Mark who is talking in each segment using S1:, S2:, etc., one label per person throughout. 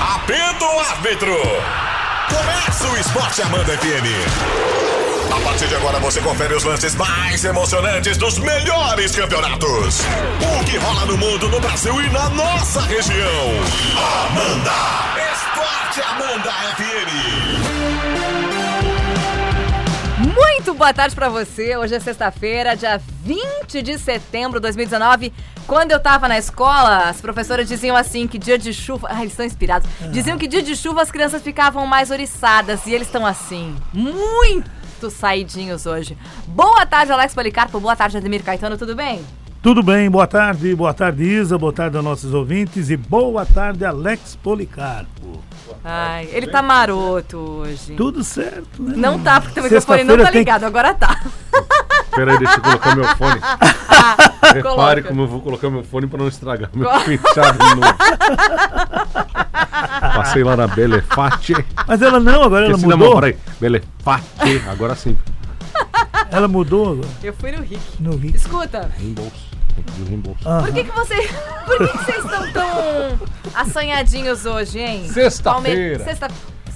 S1: apita o árbitro. Começa o Esporte Amanda FM. A partir de agora você confere os lances mais emocionantes dos melhores campeonatos. O que rola no mundo, no Brasil e na nossa região. Amanda. Esporte Amanda FM.
S2: Muito boa tarde para você. Hoje é sexta-feira, dia 20 de setembro de 2019. Quando eu tava na escola, as professoras diziam assim que dia de chuva. Ah, eles estão inspirados. Diziam que dia de chuva as crianças ficavam mais oriçadas e eles estão assim, muito saidinhos hoje. Boa tarde, Alex Policarpo. Boa tarde, Ademir Caetano. Tudo bem?
S3: Tudo bem, boa tarde, boa tarde Isa, boa tarde aos nossos ouvintes e boa tarde Alex Policarpo.
S2: Ai, ele tá maroto hoje.
S3: Tudo certo, né?
S2: Não tá, porque o microfone não tá ligado,
S3: tem...
S2: agora tá.
S4: Peraí, deixa eu colocar meu fone. Repare Coloca. como eu vou colocar meu fone pra não estragar meu penteado de novo. Passei lá na Belefate.
S3: Mas ela não, agora ela mudou. Não, peraí,
S4: Belefate, agora sim.
S3: Ela mudou agora?
S2: Eu fui no Rick.
S3: No Rick.
S2: Escuta.
S4: Reembolso. Reembolso.
S2: Uhum. Por que, que vocês. Por que, que vocês estão tão assanhadinhos hoje, hein?
S4: Sexta-feira.
S2: Sexta,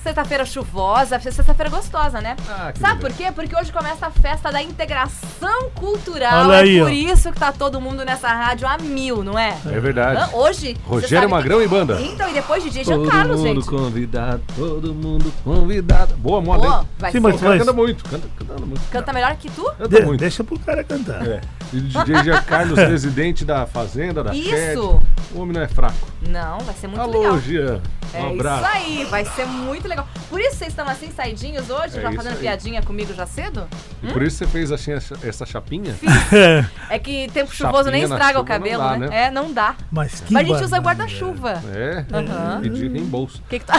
S2: sexta-feira chuvosa, sexta-feira gostosa, né? Ah, Sabe por quê? Porque hoje começa a festa da integração cultural.
S3: Olha aí,
S2: é por
S3: ó.
S2: isso que tá todo mundo nessa rádio a mil, não é?
S4: É verdade.
S2: Hã? Hoje.
S4: Rogério Magrão
S2: que...
S4: e banda.
S2: Então, e depois de DJ
S4: Todo
S2: Carlos,
S4: mundo
S2: gente.
S4: convidado, todo mundo convidado. Boa moda,
S2: Boa,
S4: hein?
S2: vai
S3: Sim,
S2: ser. um
S3: mas
S4: O cara canta muito, canta, canta muito.
S2: Canta melhor que tu?
S4: Canta
S3: De-
S4: Tá muito.
S3: deixa pro cara cantar.
S4: É. E o DJ Jean Carlos, presidente da Fazenda, da
S2: Isso.
S4: FED. O homem não é fraco.
S2: Não, vai ser muito
S4: Alô,
S2: legal.
S4: Jean.
S2: É
S4: um
S2: isso
S4: abraço.
S2: aí, vai ser muito legal. Por isso vocês estão assim, saidinhos hoje,
S4: É
S2: já
S4: isso
S2: fazendo
S4: aí.
S2: piadinha comigo já cedo?
S4: E por isso você fez assim, essa, essa chapinha?
S2: É que tempo
S4: Chapinha
S2: chuvoso nem
S4: na
S2: estraga o
S4: chuva não
S2: cabelo,
S4: dá,
S2: né?
S4: né?
S2: É, não dá.
S3: Mas que né?
S2: Mas a gente usa
S3: barbaridade.
S2: guarda-chuva.
S4: É.
S2: Aham.
S4: Pedir reembolso.
S2: O que que tá...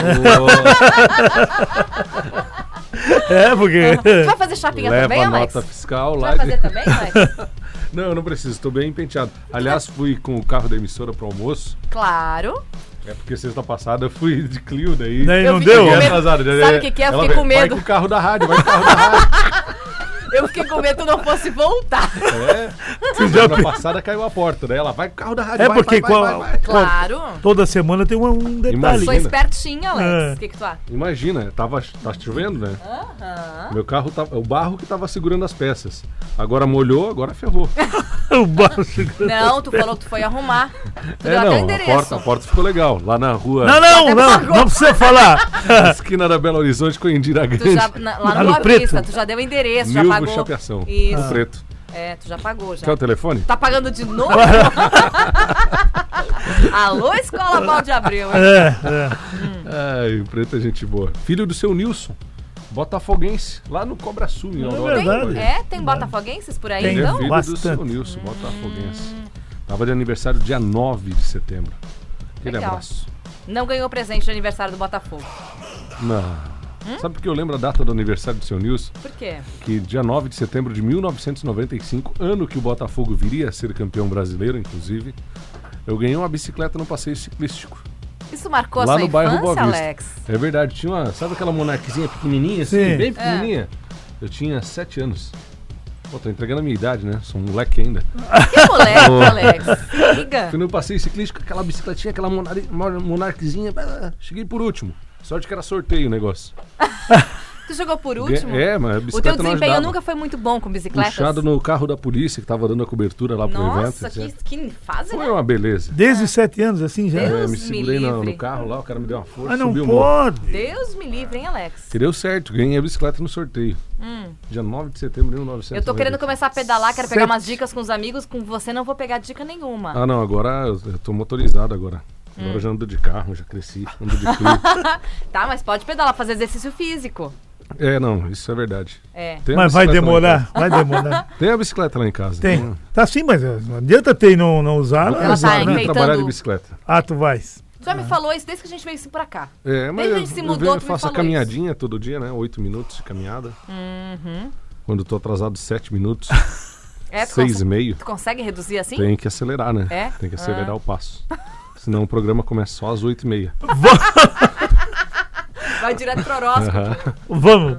S4: Ô,
S3: É, porque.
S2: Tu vai fazer chapinha
S4: Leva
S2: também,
S4: a
S2: Alex?
S4: nota fiscal
S2: Tu
S4: lá.
S2: vai fazer também, Alex?
S4: Não, eu não preciso, tô bem penteado. Aliás, fui com o carro da emissora pro almoço.
S2: Claro.
S4: É porque sexta passada eu fui de Clio daí.
S3: Daí
S2: Eu
S3: Né, não
S2: vi
S3: deu?
S2: que
S4: Fiquei
S2: medo.
S4: atrasado.
S2: Sabe o que que é? Eu
S4: Ela
S2: fiquei com
S4: vai- Vai
S2: medo.
S4: com o carro da rádio, vai com o carro da rádio.
S2: Eu fiquei com medo que tu não fosse voltar.
S4: É. Semana passada caiu a porta, né? Ela vai com o carro da rádio.
S3: É
S4: vai,
S3: porque
S4: vai, vai,
S3: qual-
S4: vai, vai.
S2: Claro.
S3: Toda semana tem um, um detalhe.
S2: Sou
S4: Imagina.
S2: espertinha, Alex.
S3: É.
S2: O que que tu acha?
S4: Imagina, tava, tá chovendo, né?
S2: Aham.
S4: Meu carro tava. O barro que tava segurando as peças. Agora molhou, agora ferrou.
S3: o barro
S4: Tá.
S3: chegando.
S2: Não, tu falou que tu foi arrumar. Tu deu
S4: é,
S2: até o
S4: não, a
S2: endereço.
S4: porta, a porta ficou legal. Lá na rua,
S3: Não,
S2: Tá
S3: não, não, não precisa falar.
S4: na esquina da Belo Horizonte com a Indira
S2: Tu
S4: Grande.
S2: já, na- lá
S3: Lá
S2: no
S3: no
S2: Boa
S3: Preto.
S2: Vista, tu já deu o endereço, já
S4: Milvo
S2: pagou.
S4: Chapeação.
S2: Isso.
S4: Preto.
S3: Ah.
S2: É, tu já pagou já.
S4: Quer o telefone?
S2: Tá pagando de novo? Alô, Escola Val de Abreu. hein?
S3: É, é.
S4: Ai, o Preto é gente boa. Filho do seu Nilson, botafoguense, lá no Cobra Sul, em
S3: Não é
S4: Aurora.
S3: verdade.
S2: É, tem botafoguenses por aí,
S3: Tem.
S4: É
S2: então?
S4: filho do seu
S3: Bastante.
S4: Nilson, botafoguense. Tava de aniversário dia 9 de setembro. Aquele
S2: Legal.
S4: abraço.
S2: Não ganhou presente de aniversário do Botafogo.
S4: Não. Sabe por que eu lembro a data do aniversário do seu Nilson?
S2: Por quê?
S4: que dia 9 de setembro de 1995, ano que o Botafogo viria a ser campeão brasileiro, inclusive, eu ganhei uma bicicleta no passeio ciclístico.
S2: Isso marcou
S4: lá
S2: a sua
S4: no bairro Boa
S2: infância,
S4: Vista.
S2: Alex?
S4: É verdade, tinha uma. Sabe aquela monarquezinha pequenininha, assim,
S3: Sim.
S2: É.
S4: bem pequenininha? Eu tinha 7 anos. Pô, tô entregando a minha idade, né? Sou um moleque ainda.
S2: Que moleque,
S4: Ô.
S2: Alex. Liga.
S4: Fui no passeio ciclístico, aquela bicicletinha, aquela monari- mo- monarquezinha. ah, Cheguei por último. Sorte que era sorteio o negócio.
S2: Tu jogou por último?
S4: É, mas
S2: O
S4: a
S2: teu
S4: bicicleta não
S2: desempenho
S4: ajudava.
S2: nunca foi muito bom com bicicletas.
S4: Puxado no carro da polícia que tava dando a cobertura lá pro
S2: Nossa,
S4: evento. etc.
S2: que, que fase, né?
S4: Foi uma beleza.
S3: Desde os sete anos, assim já.
S2: Deus
S4: É,
S2: me
S4: me segurei na- no,
S2: livre.
S4: carro lá, o cara me deu uma força,
S3: Mas Ah, não
S4: subiu um o morro.
S3: pode.
S2: Deus me livre, hein, Alex?
S4: Que deu certo, ganhei a bicicleta no sorteio. Dia 9 de setembro de 1990.
S2: Hum. Eu tô querendo começar a pedalar, quero pegar
S3: Sete.
S2: umas dicas com os amigos. Com você não vou pegar dica nenhuma.
S4: Ah, não, agora eu, eu tô motorizado agora.
S2: Hum.
S4: Agora eu já ando de carro, já cresci, ando de frio.
S2: Tá, mas pode pedalar, fazer exercício físico.
S4: é, não, isso é verdade.
S2: É.
S4: Tem a
S3: Mas vai
S4: bicicleta lá em casa.
S3: demorar, vai demorar.
S4: Tem a bicicleta lá em casa.
S3: Tem.
S4: Não
S3: Tá sim, mas eh, não adianta ter e não, não usar.
S4: Não,
S3: não
S2: Ela tá
S3: usar, né?
S4: não
S2: enfeitando-
S4: trabalhar de bicicleta.
S3: Ah, tu vais.
S2: Tu
S4: Ah.
S2: já me falou isso desde que a gente veio isso pra cá.
S4: É, mas
S2: Desde
S4: eu,
S2: que se
S4: eu
S2: mudou,
S4: venho-
S2: tu me
S4: faço a
S2: falou
S4: caminhadinha todo dia, né? Oito minutos de caminhada. Quando eu tô atrasado, sete minutos,
S2: Uhum. É, tu,
S4: seis
S2: conse-
S4: e meio.
S2: tu consegue reduzir assim?
S4: Tem que acelerar, né?
S2: É?
S4: Tem que acelerar o passo. Senão o programa começa só às 8h30.
S2: é Vai direto pro horóscopo.
S3: Vamos.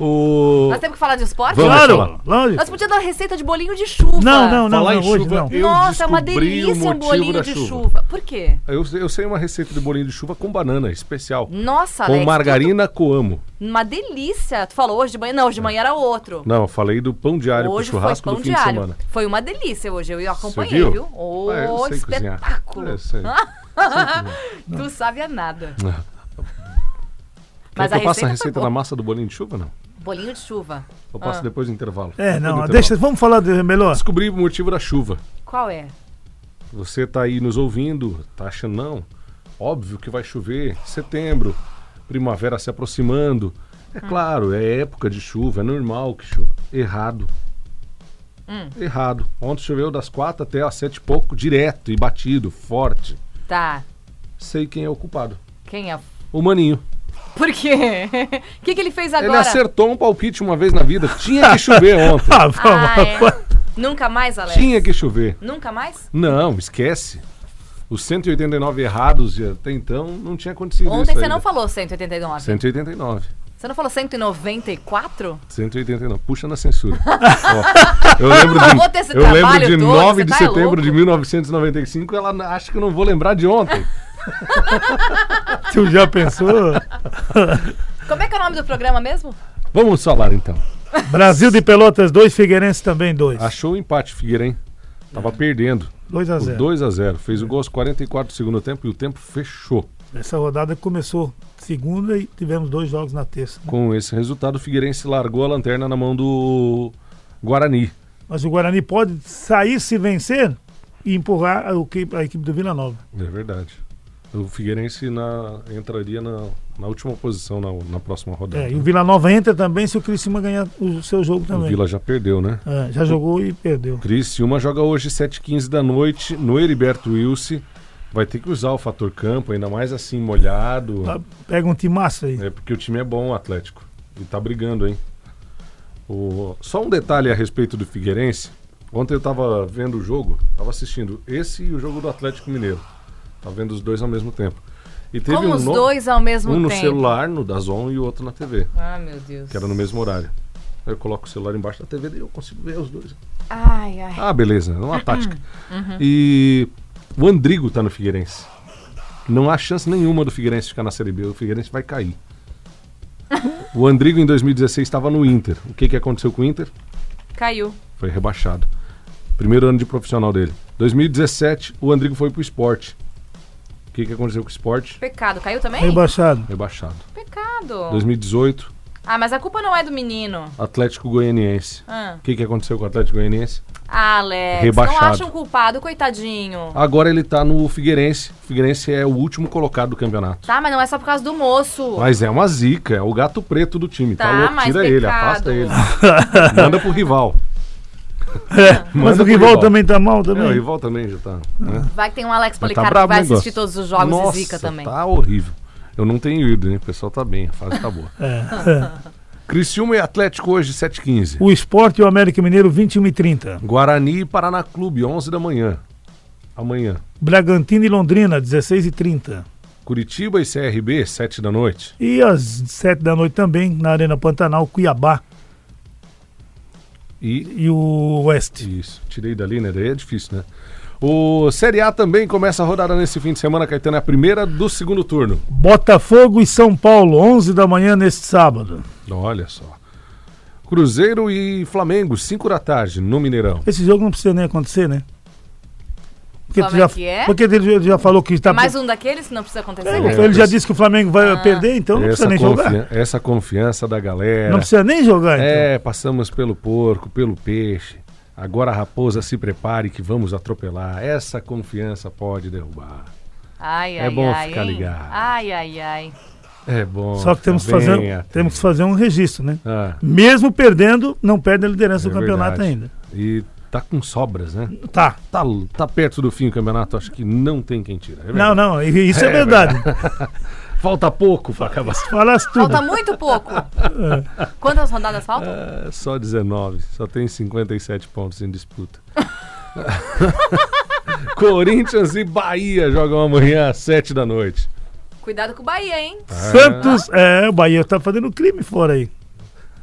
S4: O...
S2: Nós temos que falar de esporte?
S4: Vamos.
S3: Claro,
S4: falar.
S3: lógico.
S2: Nós podíamos dar receita de bolinho de chuva.
S3: Não, não, não,
S4: Falar
S3: não
S4: em
S3: hoje
S4: chuva,
S3: não.
S4: eu
S2: Nossa, é uma
S4: descobri o
S2: delícia um
S4: motivo
S2: bolinho
S4: da
S2: de
S4: chuva.
S2: chuva. Por quê?
S4: Eu, eu sei uma receita de bolinho de chuva com banana, especial.
S2: Nossa,
S4: com
S2: Alex,
S4: margarina coamo.
S2: tudo- uma delícia. Tu falou hoje de manhã? Não, hoje de manhã era outro.
S4: Não, eu falei do pão de alho pro
S2: hoje foi
S4: churrasco
S2: pão
S4: do fim
S2: de
S4: de
S2: alho.
S4: semana.
S2: Foi uma delícia hoje. Eu eu
S4: Você
S2: acompanhei,
S4: viu?
S2: viu? Ô,
S4: Ah, eu sei cozinhar. É,
S2: espetáculo.
S4: Eu sei.
S2: Tu sabe a nada.
S4: Quer
S2: Mas
S4: que
S2: a
S4: eu passe
S2: receita
S4: a
S2: foi
S4: receita
S2: boa.
S4: da massa do bolinho de chuva, não?
S2: Bolinho de chuva.
S4: Eu passo depois do intervalo.
S3: É,
S4: Depois do
S3: não,
S4: intervalo.
S3: deixa, vamos falar de melhor.
S4: Descobri o motivo da chuva.
S2: Qual é?
S4: Você tá aí nos ouvindo, tá achando não? Óbvio que vai chover, setembro, primavera se aproximando. É
S3: Hum.
S4: claro, é época de chuva, é normal que chova. Errado.
S3: Hum.
S4: Errado. Ontem choveu das quatro até as sete e pouco, direto e batido, forte.
S2: Tá.
S4: Sei quem é o culpado.
S2: Quem é?
S4: O Maninho.
S2: Por quê? O que, que ele fez agora?
S4: Ele acertou um palpite uma vez na vida. Tinha que chover ontem.
S3: Ah, vamos.
S2: Ah, é. Nunca mais, Alex?
S4: Tinha que chover.
S2: Nunca mais?
S4: Não, esquece. Os 189 errados de até então não tinha acontecido
S2: Ontem
S4: isso
S2: você
S4: ainda.
S2: não falou 189.
S4: 189.
S2: Você não falou 194?
S4: 189. Puxa na censura. Ó, eu lembro
S2: não
S4: de,
S2: vou ter esse
S4: eu lembro
S2: trabalho
S4: de
S2: todo,
S4: 9
S2: você
S4: de
S2: tá é
S4: setembro
S2: louco.
S4: de 1995. Ela n- acha que eu não vou lembrar de ontem.
S3: Tu já pensou?
S2: Como é que é o nome do programa mesmo?
S4: Vamos falar então.
S3: Brasil de Pelotas 2, Figueirense também 2.
S4: Achou o empate, Figueirense. Tava perdendo.
S3: 2 a
S4: Por
S3: 0.
S4: 2 a 0 Fez o gol aos 44 do segundo tempo e o tempo fechou.
S3: Essa rodada começou segunda e tivemos dois jogos na terça.
S4: Com esse resultado, o Figueirense largou a lanterna na mão do Guarani.
S3: Mas o Guarani pode sair se vencer e empurrar a, o que- a equipe do Vila Nova.
S4: É verdade. O Figueirense na- entraria na, na última posição na, na próxima rodada.
S3: É, e o Vila Nova entra também se o Criciúma ganhar o seu jogo
S4: Uhum. O
S3: também.
S4: Vila já perdeu, né?
S3: É, já jogou e perdeu.
S4: Criciúma joga hoje 7h15 da noite no Heriberto Wilson. Vai ter que usar o fator campo, ainda mais assim molhado.
S3: Ah, Pega um time massa aí.
S4: É porque o time é bom, o Atlético. E tá brigando, hein? O- Só um detalhe a respeito do Figueirense. Ontem eu tava vendo o jogo, tava assistindo esse e o jogo do Atlético Mineiro. Tava vendo os dois ao mesmo tempo. E teve
S2: Como
S4: um
S2: os
S4: no-
S2: dois ao mesmo
S4: um no
S2: tempo.
S4: celular, no Dazon e o outro na TV,
S2: Ah, meu Deus.
S4: que era no mesmo horário. Eu coloco o celular embaixo da TV e eu consigo ver os dois.
S2: Ai, ai.
S4: Ah, beleza, é uma tática. E o Andrigo tá no Figueirense. Não há chance nenhuma do Figueirense ficar na Série B, o Figueirense vai cair. O Andrigo em 2016 estava no Inter. O que, que aconteceu com o Inter?
S2: Caiu.
S4: Foi rebaixado. Primeiro ano de profissional dele. 2017, o Andrigo foi pro esporte. O que, que aconteceu com o esporte?
S2: Pecado. Caiu também?
S3: Rebaixado.
S4: Rebaixado.
S2: Pecado.
S4: 2018,
S2: Ah, mas a culpa não é do menino.
S4: Atlético Goianiense.
S2: Ah.
S4: O que, que aconteceu com o Atlético Goianiense?
S2: Alex, não
S4: Rebaixado.
S2: acha um culpado, coitadinho.
S4: Agora ele tá no Figueirense. O Figueirense é o último colocado do campeonato.
S2: Tá, mas não é só por causa do moço.
S4: Mas é uma zica, é o gato preto do time. Tá,
S2: Tá,
S4: louco,
S2: mas
S4: tira
S2: pecado.
S4: ele, afasta ele. Manda pro rival.
S3: É, Mas
S4: Manda
S3: o
S4: pro
S3: rival também tá mal
S4: É, o
S3: também.
S4: rival também já tá. Né?
S2: Vai que tem um Alex
S4: Mas tá
S2: Policarpo que
S4: brabo
S2: vai
S4: o negócio.
S2: assistir todos os jogos
S4: Nossa,
S2: e zica também.
S4: Tá horrível. Eu não tenho ido, hein? O pessoal tá bem, a fase tá boa.
S3: É,
S4: Criciúma e Atlético hoje, 7h15.
S3: O Esporte e o América Mineiro 21 e 30.
S4: Guarani e Paraná Clube, 11 da manhã. Amanhã.
S3: Bragantino e Londrina 16 e 30.
S4: Curitiba e CRB, 7 da noite.
S3: E às 7 da noite também na Arena Pantanal Cuiabá
S4: E
S3: e o Oeste.
S4: Isso, tirei dali, né? Daí é difícil, né? O Série A também começa a rodada nesse fim de semana, Caetano. É a primeira do segundo turno.
S3: Botafogo e São Paulo 11 da manhã neste sábado.
S4: Olha só. Cruzeiro e Flamengo, 5 da tarde, no Mineirão.
S3: Esse jogo não precisa nem acontecer, né? Porque
S2: Como
S3: tu
S2: é
S3: já,
S2: que é?
S3: porque ele já falou que está
S2: Mais Ah. um daqueles que não precisa acontecer.
S4: tá É.
S3: Ele já disse que o Flamengo vai perder, então não precisa nem jogar.
S4: confian- essa confiança da galera.
S3: Não precisa nem jogar, então.
S4: É, passamos pelo porco, pelo peixe. Agora a raposa se prepare que vamos atropelar. Essa confiança pode derrubar.
S2: Ai,
S4: É
S2: ai,
S4: bom
S2: ai,
S4: ficar
S2: hein?
S4: ligado.
S2: Ai, ai, ai.
S4: É bom.
S3: Só que temos que,
S4: ficar bem é.
S3: fazer,
S4: atento.
S3: temos que fazer um registro, né?
S4: Ah,
S3: Mesmo perdendo, não perde a liderança do
S4: é
S3: campeonato
S4: verdade.
S3: ainda.
S4: E tá com sobras, né?
S3: Tá.
S4: tá, tá perto do fim do campeonato, acho que não tem quem tira. é
S3: Não,
S4: verdade.
S3: não, e- isso é, verdade.
S4: Falta pouco pra acabar.
S3: Falasse tudo.
S2: Falta muito pouco. Quantas rodadas faltam?
S4: É, só 19, só tem 57 pontos em disputa. Corinthians e Bahia jogam amanhã às 7 da noite.
S2: Cuidado com o Bahia, hein?
S3: Santos, é, o Bahia tá fazendo crime fora aí.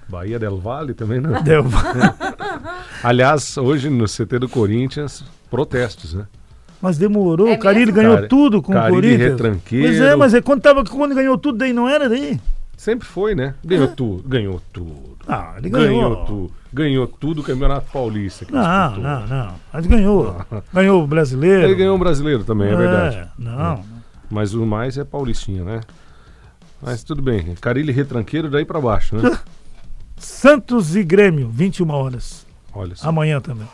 S4: Bahia del Valle também não.
S3: Deu.
S4: Aliás, hoje no CT do Corinthians, protestos, né?
S3: Mas demorou.
S2: É
S3: o Carilli
S2: mesmo?
S3: ganhou
S4: Cari-
S3: tudo com
S4: Carilli
S3: o Corinthians.
S4: retranqueiro.
S3: Pois é, mas é, quando, tava, quando ganhou tudo, daí não era daí?
S4: Sempre foi, né? Ganhou tudo, ganhou tudo.
S3: Ah, ele É. ganhou.
S4: Ganhou tudo. Ganhou tudo o Campeonato Paulista. que
S3: Não,
S4: disputou.
S3: não, não. Mas ganhou. Ganhou o brasileiro.
S4: Ele ganhou um brasileiro também, é, verdade.
S3: Não.
S4: Mas o mais é paulistinha, né? Mas tudo bem. Carilli retranqueiro daí pra baixo, né?
S3: Santos e Grêmio, 21 horas.
S4: Olha só.
S3: Amanhã também.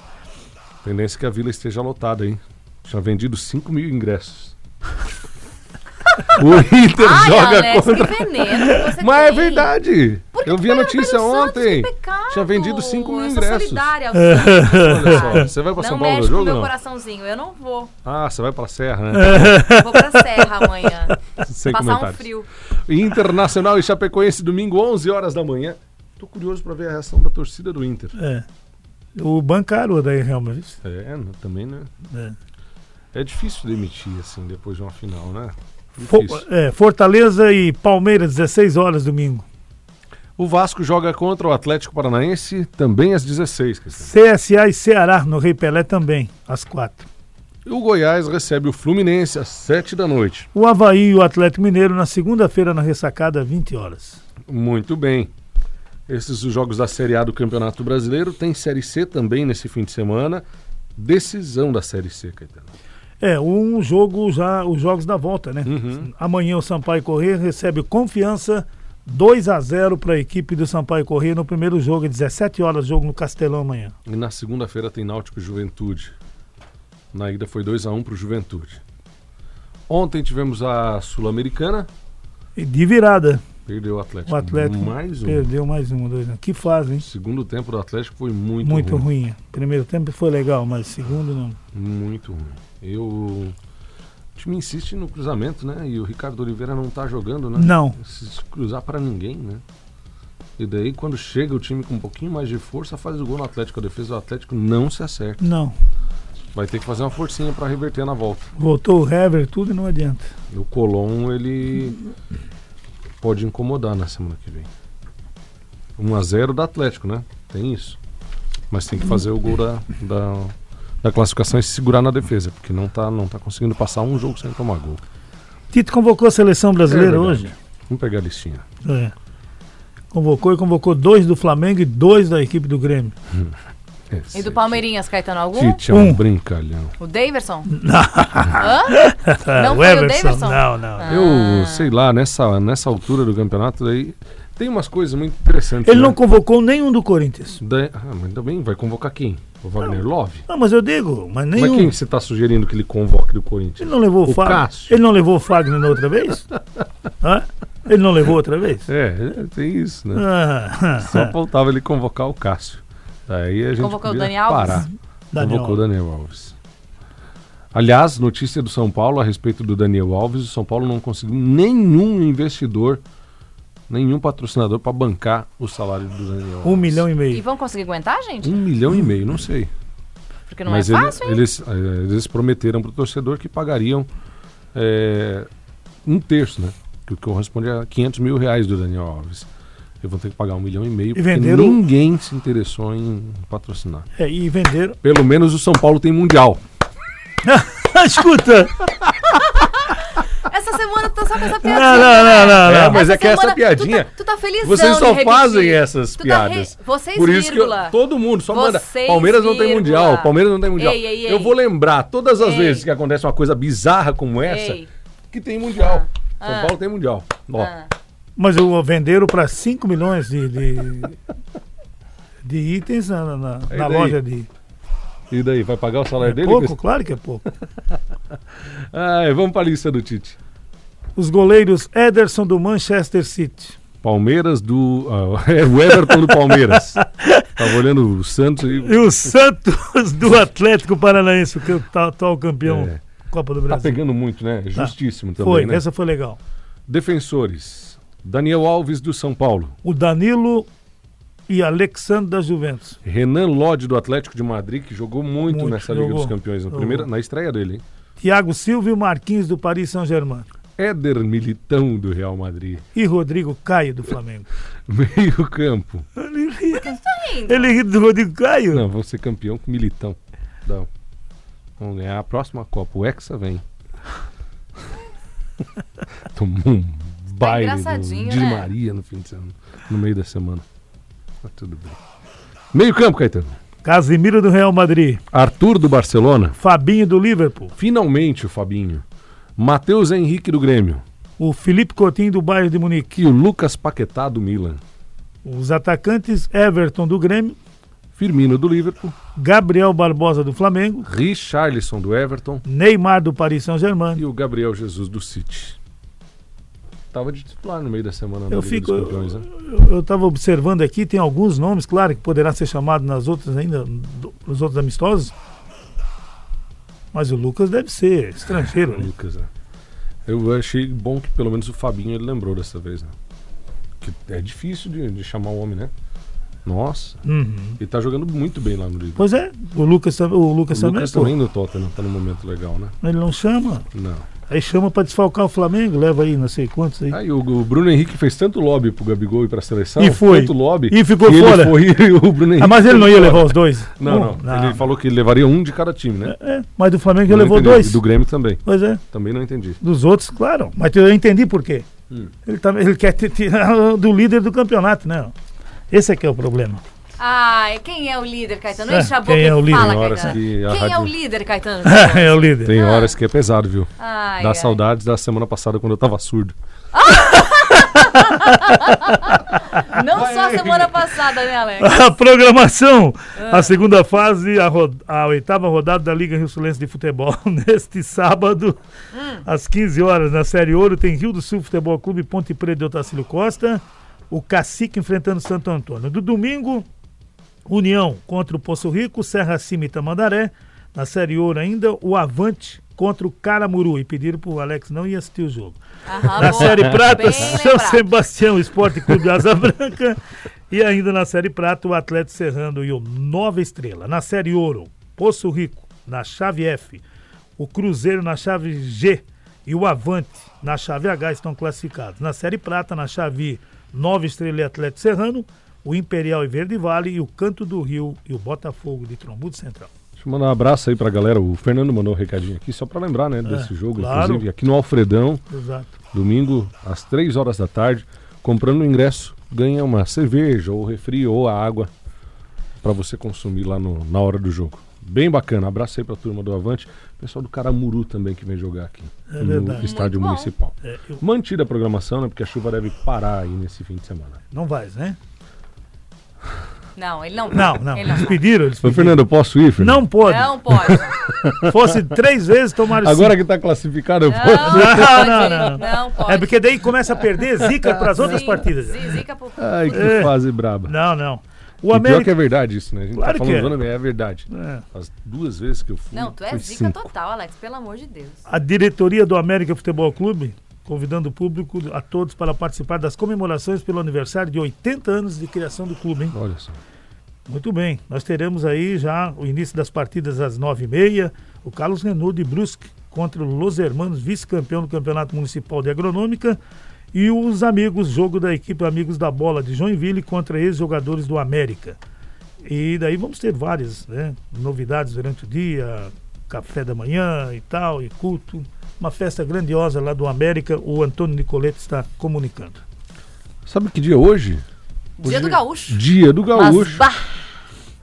S4: Tendência é que a vila esteja lotada, hein? Já vendido 5 mil ingressos. o Inter
S2: Ai,
S4: joga
S2: Alex,
S4: contra.
S2: que veneno que você
S4: Mas é
S2: tem.
S4: verdade.
S2: Por que
S4: Eu
S2: que tá
S4: vi a
S2: para
S4: notícia
S2: pelo Santos?
S4: ontem.
S2: Que é pecado.
S4: Tinha vendido 5 mil
S2: Eu sou
S4: ingressos.
S2: solidária ao Santos,
S4: Olha só,
S2: cara.
S4: você vai pra
S2: não
S4: São Paulo no
S2: mexe com
S4: jogo,
S2: meu
S4: não?
S2: coraçãozinho. Eu não vou.
S4: Ah, você vai pra serra, né?
S2: Eu vou pra Serra amanhã.
S4: Sem
S2: passar
S4: comentários.
S2: um frio.
S4: Internacional e Chapecoense, domingo, 11 horas da manhã. Tô curioso pra ver a reação da torcida do Inter.
S3: É. O bancário daí, realmente.
S4: É, né? também, né? É difícil demitir, assim, depois de uma final, né?
S3: Fo-
S4: Difícil.
S3: é, Fortaleza e Palmeiras, 16 horas domingo.
S4: O Vasco joga contra o Atlético Paranaense também às 16. Cristiano.
S3: CSA e Ceará no Rei Pelé também, às 4.
S4: E o Goiás recebe o Fluminense às 7 da noite.
S3: O Havaí e o Atlético Mineiro na segunda-feira na ressacada, 20 horas.
S4: Muito bem. Esses os jogos da Série A do Campeonato Brasileiro. Tem Série C também nesse fim de semana. Decisão da Série C, Caetano.
S3: É, um jogo já, os jogos da volta, né?
S4: Uhum.
S3: Amanhã o Sampaio Corrêa recebe o confiança 2 a 0 para a equipe do Sampaio Corrêa no primeiro jogo, é 17 horas, jogo no Castelão amanhã.
S4: E na segunda-feira tem Náutico e Juventude. Na ida foi 2 a 1 para o Juventude. Ontem tivemos a Sul-Americana.
S3: E de virada,
S4: Perdeu o Atlético.
S3: o Atlético
S4: Mais um.
S3: perdeu mais um, dois, né? Que fase, hein?
S4: O segundo tempo do Atlético foi muito,
S3: Muito
S4: ruim.
S3: ruim. Primeiro tempo foi legal, mas segundo não.
S4: Muito ruim. Eu... O time insiste no cruzamento, né? E o Ricardo Oliveira não tá jogando, né?
S3: Não.
S4: Se cruzar pra ninguém, né? E daí, quando chega o time com um pouquinho mais de força, faz o gol no Atlético. A defesa do Atlético não se acerta.
S3: Não.
S4: Vai ter que fazer uma forcinha pra reverter na volta.
S3: Voltou o Hever, tudo e não adianta.
S4: E o Colom, ele pode incomodar na semana que vem. 1x0 do Atlético, né? Tem isso. Mas tem que fazer o gol da, da, da classificação e se segurar na defesa, porque não tá, não tá conseguindo passar um jogo sem tomar gol.
S3: Tito convocou a seleção brasileira
S4: É verdade.
S3: hoje.
S4: Vamos pegar a listinha.
S3: É. Convocou e convocou dois do Flamengo e dois da equipe do Grêmio.
S4: Esse
S2: E do Palmeirinhas, Caetano, algum?
S4: É Tite é um
S3: Um.
S4: brincalhão.
S2: O Daverson? Hã? Não
S3: Ah, o
S2: foi o
S3: Everson?
S2: Daverson?
S3: Não, não.
S4: Ah.
S2: Ah.
S4: Eu, sei lá, nessa, nessa altura do campeonato daí tem umas coisas muito interessantes.
S3: Ele
S4: né?
S3: não convocou nenhum do Corinthians.
S4: Da- Ah, mas também vai convocar quem? O Wagner Love?
S3: Não, mas eu digo, mas
S4: Mas
S3: nenhum.
S4: quem você está sugerindo que ele convoque do Corinthians?
S3: Ele não levou o
S4: O
S3: Fagner.
S4: Cássio.
S3: Ele não levou o Fagner na outra vez? Hã? Ele não levou outra vez?
S4: É, é, tem isso, né?
S3: Ah,
S4: Só faltava ele convocar o Cássio. Aí a gente
S2: Convocou o
S4: podia
S2: Dani Alves?
S4: Parar.
S3: Daniel.
S4: Convocou o Daniel Alves. Aliás, notícia do São Paulo a respeito do Daniel Alves, o São Paulo não conseguiu nenhum investidor, nenhum patrocinador para bancar o salário do Daniel Alves.
S3: Um milhão e
S2: E
S3: meio.
S2: vão conseguir aguentar, gente?
S4: Um milhão e meio, não sei.
S2: Porque não
S4: Mas
S2: é
S4: ele-
S2: fácil, hein?
S4: eles, eh, eles prometeram para o torcedor que pagariam eh, um terço, né? Que o que corresponde a 500 mil reais do Daniel Alves. Eu vou ter que pagar um milhão e meio, porque
S3: venderam-
S4: ninguém se interessou em patrocinar.
S3: É, e venderam.
S4: Pelo menos o São Paulo tem Mundial.
S3: Ah, Escuta!
S2: Essa semana tu tá só com essa piadinha.
S3: Não, não, não, não.
S4: É,
S3: não.
S4: mas é que essa
S2: semana
S4: piadinha,
S2: Tu tá, tu tá felizão
S4: Vocês
S2: de
S4: só
S2: repetir.
S4: fazem essas
S2: Tu tá
S4: piadas.
S2: re- Vocês,
S4: Por isso que eu-
S2: vírgula.
S4: todo mundo só manda.
S2: Vocês,
S4: Palmeiras não tem
S2: vírgula.
S4: mundial, Palmeiras não tem mundial.
S2: Ei, ei, ei.
S4: Eu vou lembrar todas as
S2: Ei.
S4: vezes que acontece uma coisa bizarra como essa
S2: Ei.
S4: que tem mundial.
S2: Ah,
S4: São
S2: ah.
S4: Paulo tem mundial. Ó,
S2: Ah.
S3: Mas o venderam para 5 milhões de, de, de itens na, na- na
S4: E É daí?
S3: loja de.
S4: E daí, vai pagar o salário dele?
S3: Pouco, claro que é pouco.
S4: Ai, vamos para a lista do Tite.
S3: Os goleiros Ederson do Manchester City.
S4: Palmeiras do. ah, é o Everton do Palmeiras. Tava olhando o Santos e.
S3: E o Santos do Atlético Paranaense, o que é o ta- atual campeão
S4: É.
S3: Copa do
S4: Tá
S3: Brasil.
S4: pegando muito, né? Justíssimo também.
S3: foi,
S4: né?
S3: essa foi legal.
S4: Defensores. Daniel Alves do São Paulo.
S3: O Danilo e Alexandre da Juventus.
S4: Renan Lodge do Atlético de Madrid, que jogou muito,
S3: Muito,
S4: nessa Liga
S3: jogou.
S4: dos Campeões, na,
S3: Jogou.
S4: primeira, na estreia dele. hein?
S3: Thiago Silva e o Marquinhos do Paris Saint-Germain.
S4: Éder Militão do Real Madrid.
S3: E Rodrigo Caio do Flamengo.
S4: Meio campo.
S3: Ele ri,
S2: rindo.
S3: ele ri do Rodrigo Caio?
S4: Não, vão ser campeão com Militão. Não. Vamos ganhar a próxima Copa. O Hexa vem. Tomou um baile
S2: Tá engraçadinho,
S4: do Di
S2: né?
S4: Maria no fim de semana. No meio da semana. Mas tudo bem. Meio campo, Caetano.
S3: Casimiro do Real Madrid.
S4: Arthur do Barcelona.
S3: Fabinho do Liverpool.
S4: Finalmente o Fabinho. Matheus Henrique do Grêmio.
S3: O Felipe Coutinho do Bayern de Munique.
S4: E o Lucas Paquetá do Milan.
S3: Os atacantes Everton do Grêmio.
S4: Firmino do Liverpool.
S3: Gabriel Barbosa do Flamengo.
S4: Richarlison do Everton.
S3: Neymar do Paris Saint-Germain.
S4: E o Gabriel Jesus do City. Tava de titular no meio da semana na
S3: Eu
S4: Liga
S3: fico-
S4: dos Campeões, né?
S3: Eu estava observando aqui, tem alguns nomes, claro, que poderá ser chamado nas outras ainda, do- nos outros amistosos. Mas o Lucas deve ser estrangeiro. né?
S4: Lucas, né? Eu achei bom que pelo menos o Fabinho ele lembrou dessa vez, né? Que é difícil de, de chamar o homem, né? Nossa.
S3: Uhum.
S4: Ele tá jogando muito bem lá no Liverpool.
S3: Pois é, o Lucas, tam- o Lucas,
S4: O Lucas
S3: também,
S4: também do Tottenham tá num momento legal, né?
S3: pô, ele não chama.
S4: Não.
S3: Aí chama pra desfalcar o Flamengo, leva aí não sei quantos aí.
S4: Aí o, o Bruno Henrique fez tanto lobby pro Gabigol e pra seleção.
S3: E foi.
S4: Tanto lobby.
S3: E ficou
S4: ele
S3: fora.
S4: foi, e o Bruno Henrique
S3: Ah, mas ele não ia
S4: ficou
S3: levar
S4: fora.
S3: os dois?
S4: Não, não,
S3: Bom,
S4: Ele falou que ele levaria um de cada time, né?
S3: É, mas do Flamengo ele
S4: Não
S3: levou
S4: entendi.
S3: dois.
S4: E do Grêmio também.
S3: Pois é,
S4: Também não entendi.
S3: dos outros, claro. Mas eu entendi por quê. Ele, tá, ele quer te- tirar do líder do campeonato, né? Esse é que é o problema.
S2: Ai, quem é o líder, Caetano? Não
S3: É,
S2: enche a boca
S3: quem é o
S2: e
S3: líder?
S2: fala,
S4: Tem horas
S2: Caetano.
S4: que a
S2: Quem é
S4: rádio-
S2: o líder, Caetano?
S3: é o líder.
S4: Tem horas que é pesado, viu?
S2: Ah. Ai,
S4: Dá
S2: ai.
S4: saudades da semana passada quando eu tava surdo.
S2: Não só semana passada, né, Alex?
S3: A programação. A segunda fase, a, ro- a oitava rodada da Liga Rio Sulense de Futebol. Neste sábado, às 15 horas, na Série Ouro, tem Rio do Sul Futebol Clube, Ponte Preta de Otacílio Costa. O Cacique enfrentando Santo Antônio. Do domingo, União contra o Poço Rico, Serra Cima e Tamandaré. Na Série Ouro ainda, o Avante contra o Caramuru. E pediram pro Alex não ir assistir o jogo.
S2: Arrasou.
S3: Na Série Prata,
S2: Ah, Bem
S3: São
S2: lembrado.
S3: Sebastião Esporte Clube Asa Branca. E ainda na Série Prata, o Atlético Serrano e o Nova Estrela. Na Série Ouro, Poço Rico, na chave F. O Cruzeiro na chave G e o Avante na chave H estão classificados. Na Série Prata, na chave Nova Estrela e Atlético Serrano, o Imperial e Verde Vale e o Canto do Rio e o Botafogo de Trombudo Central.
S4: Deixa eu mandar um abraço aí pra galera. O Fernando mandou um recadinho aqui, só pra lembrar, né, desse jogo,
S3: É, claro.
S4: inclusive, aqui no Alfredão,
S3: Exato.
S4: domingo, às 3 horas da tarde, comprando o ingresso, ganha uma cerveja, ou refri, ou a água pra você consumir lá no- na hora do jogo. Bem bacana, abraço aí pra turma do Avante, pessoal do Caramuru também que vem jogar aqui no
S3: É verdade.
S4: estádio
S2: Muito bom.
S4: municipal.
S3: É, eu-
S4: Mantida a programação, né? Porque a chuva deve parar aí nesse fim de semana.
S3: Não vai, né?
S2: Não, ele não.
S3: Não, não.
S2: Ele não.
S3: Eles pediram, eles
S4: Ô,
S3: pediram.
S4: Fernando, eu posso ir, Fernando?
S3: Não pode.
S2: Não pode.
S3: Fosse três vezes, tomaram
S4: Agora que tá classificado, eu posso.
S2: Tipo assim, Não, pode.
S3: não, não, não.
S2: pode.
S3: É porque daí começa a perder zica para as outras
S2: Sim,
S3: partidas. né?
S2: zi- zica pro-
S4: Ai, que
S3: É.
S4: fase braba.
S3: Não, não. O
S4: E pior que
S3: América.
S4: é verdade isso, né? A gente
S3: Claro
S4: tá
S3: que
S4: falando
S3: é.
S4: do Anime, é verdade.
S3: É.
S4: As duas vezes que eu fui.
S2: Não, tu é
S4: foi
S2: zica
S4: cinco.
S2: total, Alex, pelo amor de Deus.
S3: A diretoria do América Futebol Clube convidando o público a todos para participar das comemorações pelo aniversário de 80 anos de criação do clube, hein?
S4: Olha só.
S3: Muito bem. Nós teremos aí já o início das partidas às 9h30. O Carlos Renault de Brusque contra o Los Hermanos, vice-campeão do Campeonato Municipal de Agronômica. E os amigos, jogo da equipe Amigos da Bola de Joinville contra ex-jogadores do América. E daí vamos ter várias né, novidades durante o dia, café da manhã e tal, e culto. Uma festa grandiosa lá do América, o Antônio Nicoletti está comunicando.
S4: Sabe que dia é hoje?
S2: Dia
S3: é.
S2: do gaúcho.
S4: Dia do
S2: Mas,
S4: Gaúcho.
S2: bah,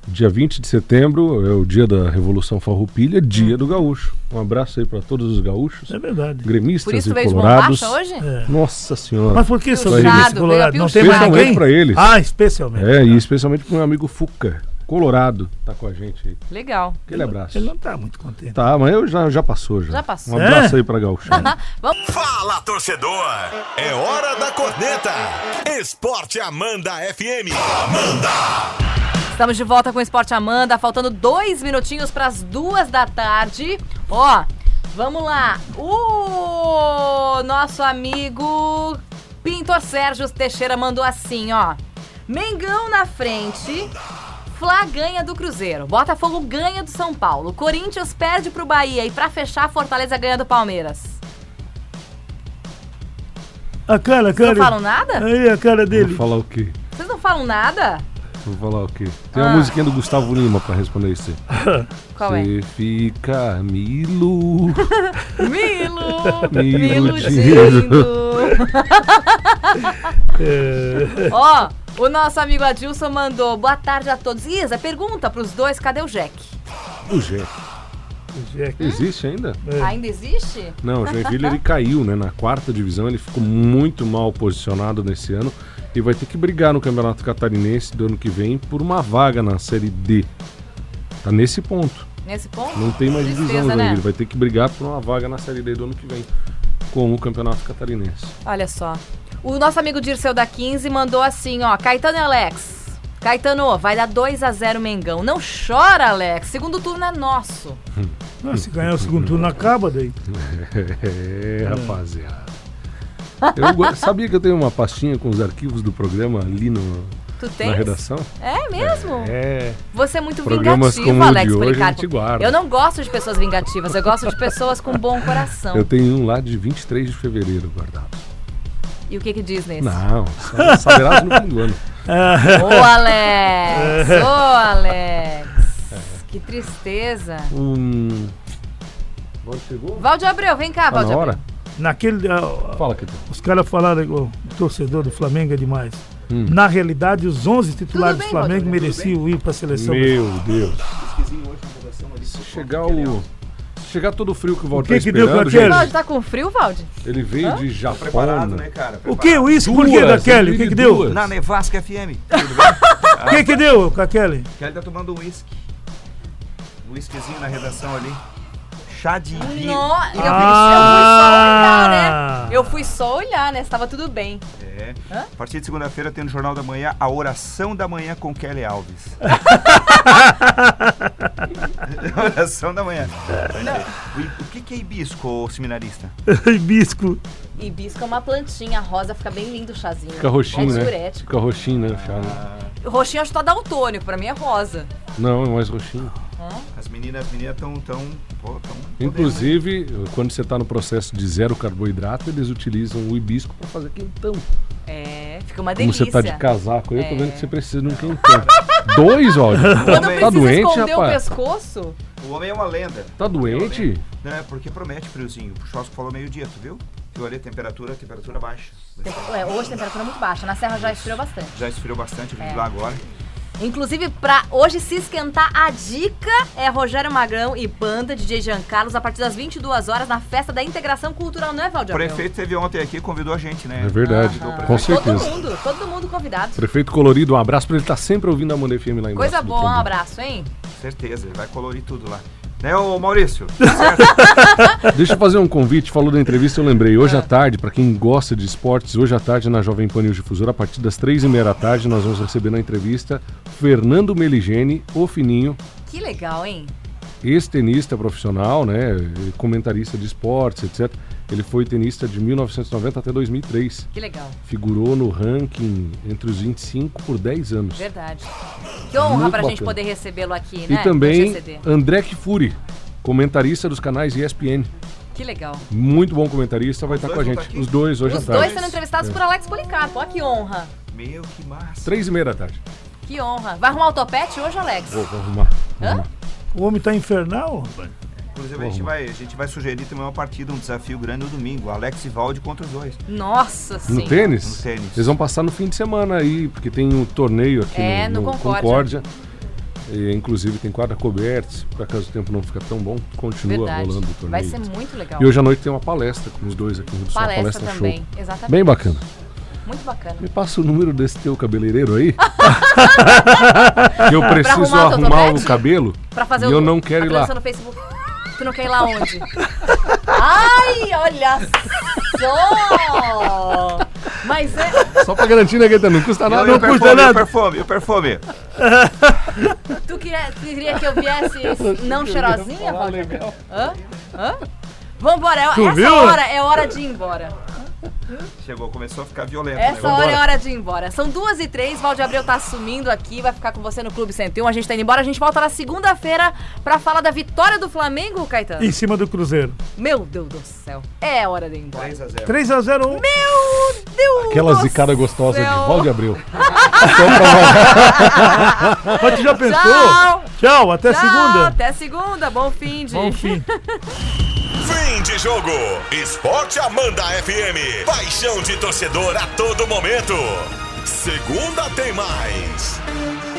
S4: Dia 20 de setembro é o dia da Revolução Farroupilha, dia do Gaúcho. Um abraço aí pra todos os gaúchos,
S3: É verdade.
S2: por
S4: gremistas
S2: isso
S4: e
S2: veio de
S4: colorados.
S2: bombacha hoje?
S3: É.
S4: Nossa senhora.
S3: Mas por que são
S4: Piochado,
S3: eles
S2: veio
S3: colorados? Não tem mais
S2: piochado.
S3: ninguém?
S4: Especialmente pra eles.
S3: Ah, especialmente.
S4: É, e especialmente pro meu amigo Fuca, colorado, tá com a gente aí.
S2: Legal.
S4: Aquele abraço.
S3: Ele não tá muito contente.
S4: Tá, mas eu já, já passou já.
S2: Já passou.
S4: Um abraço
S3: É?
S4: aí pra Gaúcho.
S2: Vamos.
S1: Fala, torcedor! É hora da corneta! Esporte Amanda FM.
S2: Estamos de volta com o Esporte Amanda, faltando dois minutinhos para as duas da tarde. Ó, vamos lá. O nosso amigo Pintor Sérgio Teixeira mandou assim, ó. Mengão na frente, Fla ganha do Cruzeiro, Botafogo ganha do São Paulo, Corinthians perde pro Bahia e para fechar, Fortaleza ganha do Palmeiras.
S3: A cara, a cara.
S2: não falam nada?
S3: Aí a cara
S4: Vou
S3: dele.
S4: falar o quê?
S2: Vocês não falam nada?
S4: Vou falar o quê? Tem uma musiquinha do Gustavo Lima pra responder isso. aí.
S2: Ah. Qual é?
S4: Você fica me ilu-
S2: Milo!
S4: Me
S2: Milo
S4: iludindo.
S3: é,
S2: Ó, o nosso amigo Adilson mandou boa tarde a todos. Isa, pergunta pros dois, cadê o Jack?
S4: O Jack.
S3: Jack.
S4: Existe ainda?
S2: Ainda existe?
S4: Não, o
S2: tá.
S4: Joinville ele caiu, né? Na quarta divisão, ele ficou muito mal posicionado nesse ano e vai ter que brigar no Campeonato Catarinense do ano que vem por uma vaga na Série D. Tá nesse ponto.
S2: Nesse ponto?
S4: Não tem mais
S2: Tristeza,
S4: divisão,
S2: né?
S4: Joinville. Vai ter que brigar por uma vaga na Série D do ano que vem com o Campeonato Catarinense.
S2: Olha só. O nosso amigo Dirceu da 15 mandou assim, ó, Caetano e Alex. Caetano, vai dar 2 a 0 Mengão. Não chora, Alex. Segundo turno é nosso.
S3: Ah, se ganhar o segundo turno acaba daí.
S4: É, rapaziada. Eu go- sabia que eu tenho uma pastinha com os arquivos do programa ali no-
S2: Tu tens?
S4: na redação?
S2: É mesmo?
S4: É.
S2: Você é muito
S4: Programas
S2: vingativo,
S4: como o de
S2: Alex
S4: hoje, a
S2: Policarpo.
S4: gente guarda.
S2: Eu não gosto de pessoas vingativas, eu gosto de pessoas com bom coração.
S4: Eu tenho um lá de 23 de fevereiro guardado.
S2: E o que que diz nesse?
S4: Não, só saberás no fim do ano.
S2: Ô, Alex! Ô, Alex! Que tristeza.
S4: Hum. Bom, chegou?
S2: Valde Abreu, vem cá,
S4: Tá
S2: Valde
S4: na hora?
S2: Abreu.
S3: Naquele. ah,
S4: Fala, Kitão.
S3: os caras falaram, o torcedor do Flamengo é demais.
S4: Hum.
S3: Na realidade, os 11 titulares
S2: bem,
S3: do Flamengo
S2: Rodrigo?
S3: mereciam ir para a seleção.
S4: Meu Deus. Se chegar o. Se chegar todo o frio que o Valdir
S3: que
S4: tá
S3: que deu com
S4: esperando,
S3: aquele?
S4: gente,
S2: Valde, tá com frio, Valde?
S4: ele veio de Japão.
S5: Preparado, né, cara?
S3: O que? O isso? Por
S4: Duas,
S3: que da Kelly? O que, que deu?
S4: duas.
S5: Na Nevasca FM.
S3: O que, que deu com a Kelly?
S5: Kelly tá tomando um uísque. Um uísquezinho na redação ali. Chá de ibi.
S2: Nossa, eu, fui- eu
S3: Ah!
S2: fui só olhar, né? Eu fui só olhar, né? Se tava tudo bem.
S5: É. A partir de segunda-feira tem no Jornal da Manhã a oração da manhã com Kelly Alves. oração da manhã. O i- O que que é hibisco, ô seminarista?
S3: Bisco.
S2: Hibisco é uma plantinha rosa, fica bem lindo o chazinho.
S4: Fica roxinho,
S2: é
S4: né?
S2: diurético.
S4: Fica roxinho, né? o chá, né?
S2: Roxinho acho que tá daltônico, pra mim é rosa.
S4: Não, é mais roxinho.
S5: As meninas, as meninas estão tão, pô, tão né?
S4: Inclusive, quando você está no processo de zero carboidrato, eles utilizam o hibisco para fazer quentão.
S2: É, fica uma
S4: Como
S2: delícia.
S4: você tá de casaco, eu
S2: É.
S4: tô vendo que você precisa de um quentão. Dois, ó.
S2: Quando
S5: Tá
S2: precisa
S4: doente,
S2: esconder o
S4: rapaz?
S2: pescoço,
S5: podendo. O homem é uma lenda.
S4: Tá doente?
S5: Não, é porque promete friozinho. O churrasco falou meio-dia, tu viu? Eu olhei a temperatura, temperatura baixa.
S2: tem- ué, hoje a temperatura é muito baixa, na serra já esfriou bastante.
S5: Já esfriou bastante, eu vim
S2: É.
S5: de lá agora.
S2: Inclusive, pra hoje se esquentar, a dica é Rogério Magrão e banda DJ Jean Carlos a partir das 22 horas na festa da integração cultural, não é, Valdir?
S5: O
S2: Abreu?
S5: prefeito teve ontem aqui e convidou a gente, né?
S4: É verdade,
S2: Aham.
S4: com
S2: Ah, tá. Todo
S4: certeza.
S2: mundo, todo mundo convidado.
S4: Prefeito Colorido, um abraço pra ele, tá sempre ouvindo a Manda FM lá embaixo.
S2: Coisa
S4: do
S2: boa,
S4: fundo.
S2: um abraço, hein?
S5: Ah, Certeza, ele vai colorir tudo lá. Né, ô Maurício?
S4: Deixa eu fazer um convite, falou da entrevista, eu lembrei.
S2: Ah.
S4: Hoje à tarde, pra quem gosta de esportes, hoje à tarde na Jovem Pan News Difusora, a partir das três e meia da tarde, nós vamos receber na entrevista Fernando Meligeni, o Fininho,
S2: Que legal, hein?
S4: ex-tenista profissional, né, comentarista de esportes, etc. Ele foi tenista de 1990 até 2003.
S2: Que legal,
S4: Figurou no ranking entre os 25 por 10 anos.
S2: verdade. Que honra
S4: Muito
S2: pra gente
S4: bacana.
S2: poder recebê-lo aqui,
S4: E
S2: né? no
S4: também
S2: GCD.
S4: André Kifuri, comentarista dos canais ESPN.
S2: Que legal.
S4: Muito bom comentarista, vai estar
S5: dois
S4: com a
S5: vão tá
S4: gente.
S5: aqui?
S4: Os dois hoje
S2: Os
S4: à tarde. É.
S2: dois sendo entrevistados por Alex Policarpo, ó que honra.
S5: Meu, que massa.
S4: Três e meia da tarde.
S2: Que honra. Vai arrumar o topete hoje, Alex?
S4: Vou, vou arrumar. vou
S2: Hã?
S4: arrumar.
S3: O homem tá infernal?
S5: Inclusive, a gente, vai, a gente vai sugerir também uma partida, um desafio grande no domingo. Alex e Valde contra os dois.
S2: Nossa
S4: No
S2: senhora.
S4: tênis?
S5: No tênis.
S4: Eles vão passar no fim de semana aí, porque tem um torneio aqui
S2: É, no
S4: no, no
S2: Concórdia.
S4: Concórdia. E, inclusive tem quadra coberta, se por acaso o tempo não fica tão bom, continua
S2: Verdade.
S4: rolando o torneio.
S2: Vai ser muito legal.
S4: E hoje à noite tem uma palestra com os dois aqui no Rio do Sul, uma
S2: palestra,
S4: palestra um
S2: também. Tá
S4: show.
S2: Exatamente.
S4: Bem bacana.
S2: Muito bacana.
S4: Me passa o número desse teu cabeleireiro aí. que eu preciso
S2: arrumar o teu
S4: arrumar,
S2: topete?
S4: o cabelo.
S2: Pra fazer
S4: e
S2: o,
S4: eu não quero
S2: a
S4: ir lá.
S2: transmissão no Facebook. Tu não quer ir lá onde? Ai, olha só! Mas é.
S4: Só pra garantir, né, Gaetano? Não custa nada.
S5: e
S4: Não
S5: o
S4: custa
S5: perfume, e o
S4: nada.
S5: perfume, e o perfume.
S2: Tu queria, tu queria que eu viesse não cheirosinha, Roger? Hã? Hã? Vambora, é- essa
S3: viu?
S2: hora é hora de ir embora.
S5: Chegou, começou a ficar violento. né?
S2: Essa
S5: Vambora.
S2: hora é hora de ir embora. São duas e três, Valde Abreu tá sumindo aqui, vai ficar com você no Clube 101. A gente tá indo embora, a gente volta na segunda-feira pra falar da vitória do Flamengo, Caetano.
S3: Em cima do Cruzeiro.
S2: Meu Deus do céu, é hora de ir embora.
S5: 3 a 0.
S3: 3x0.
S2: Meu Deus
S4: Aquela
S2: do
S4: zicada gostosa de
S2: céu.
S4: Valde Abreu.
S3: Mas tu já pensou?
S2: Tchau.
S3: Tchau, até
S2: Tchau,
S3: segunda.
S2: Até segunda, bom fim de...
S3: Bom fim.
S1: Fim de jogo. Esporte Amanda FM. Paixão de torcedor a todo momento. Segunda tem mais.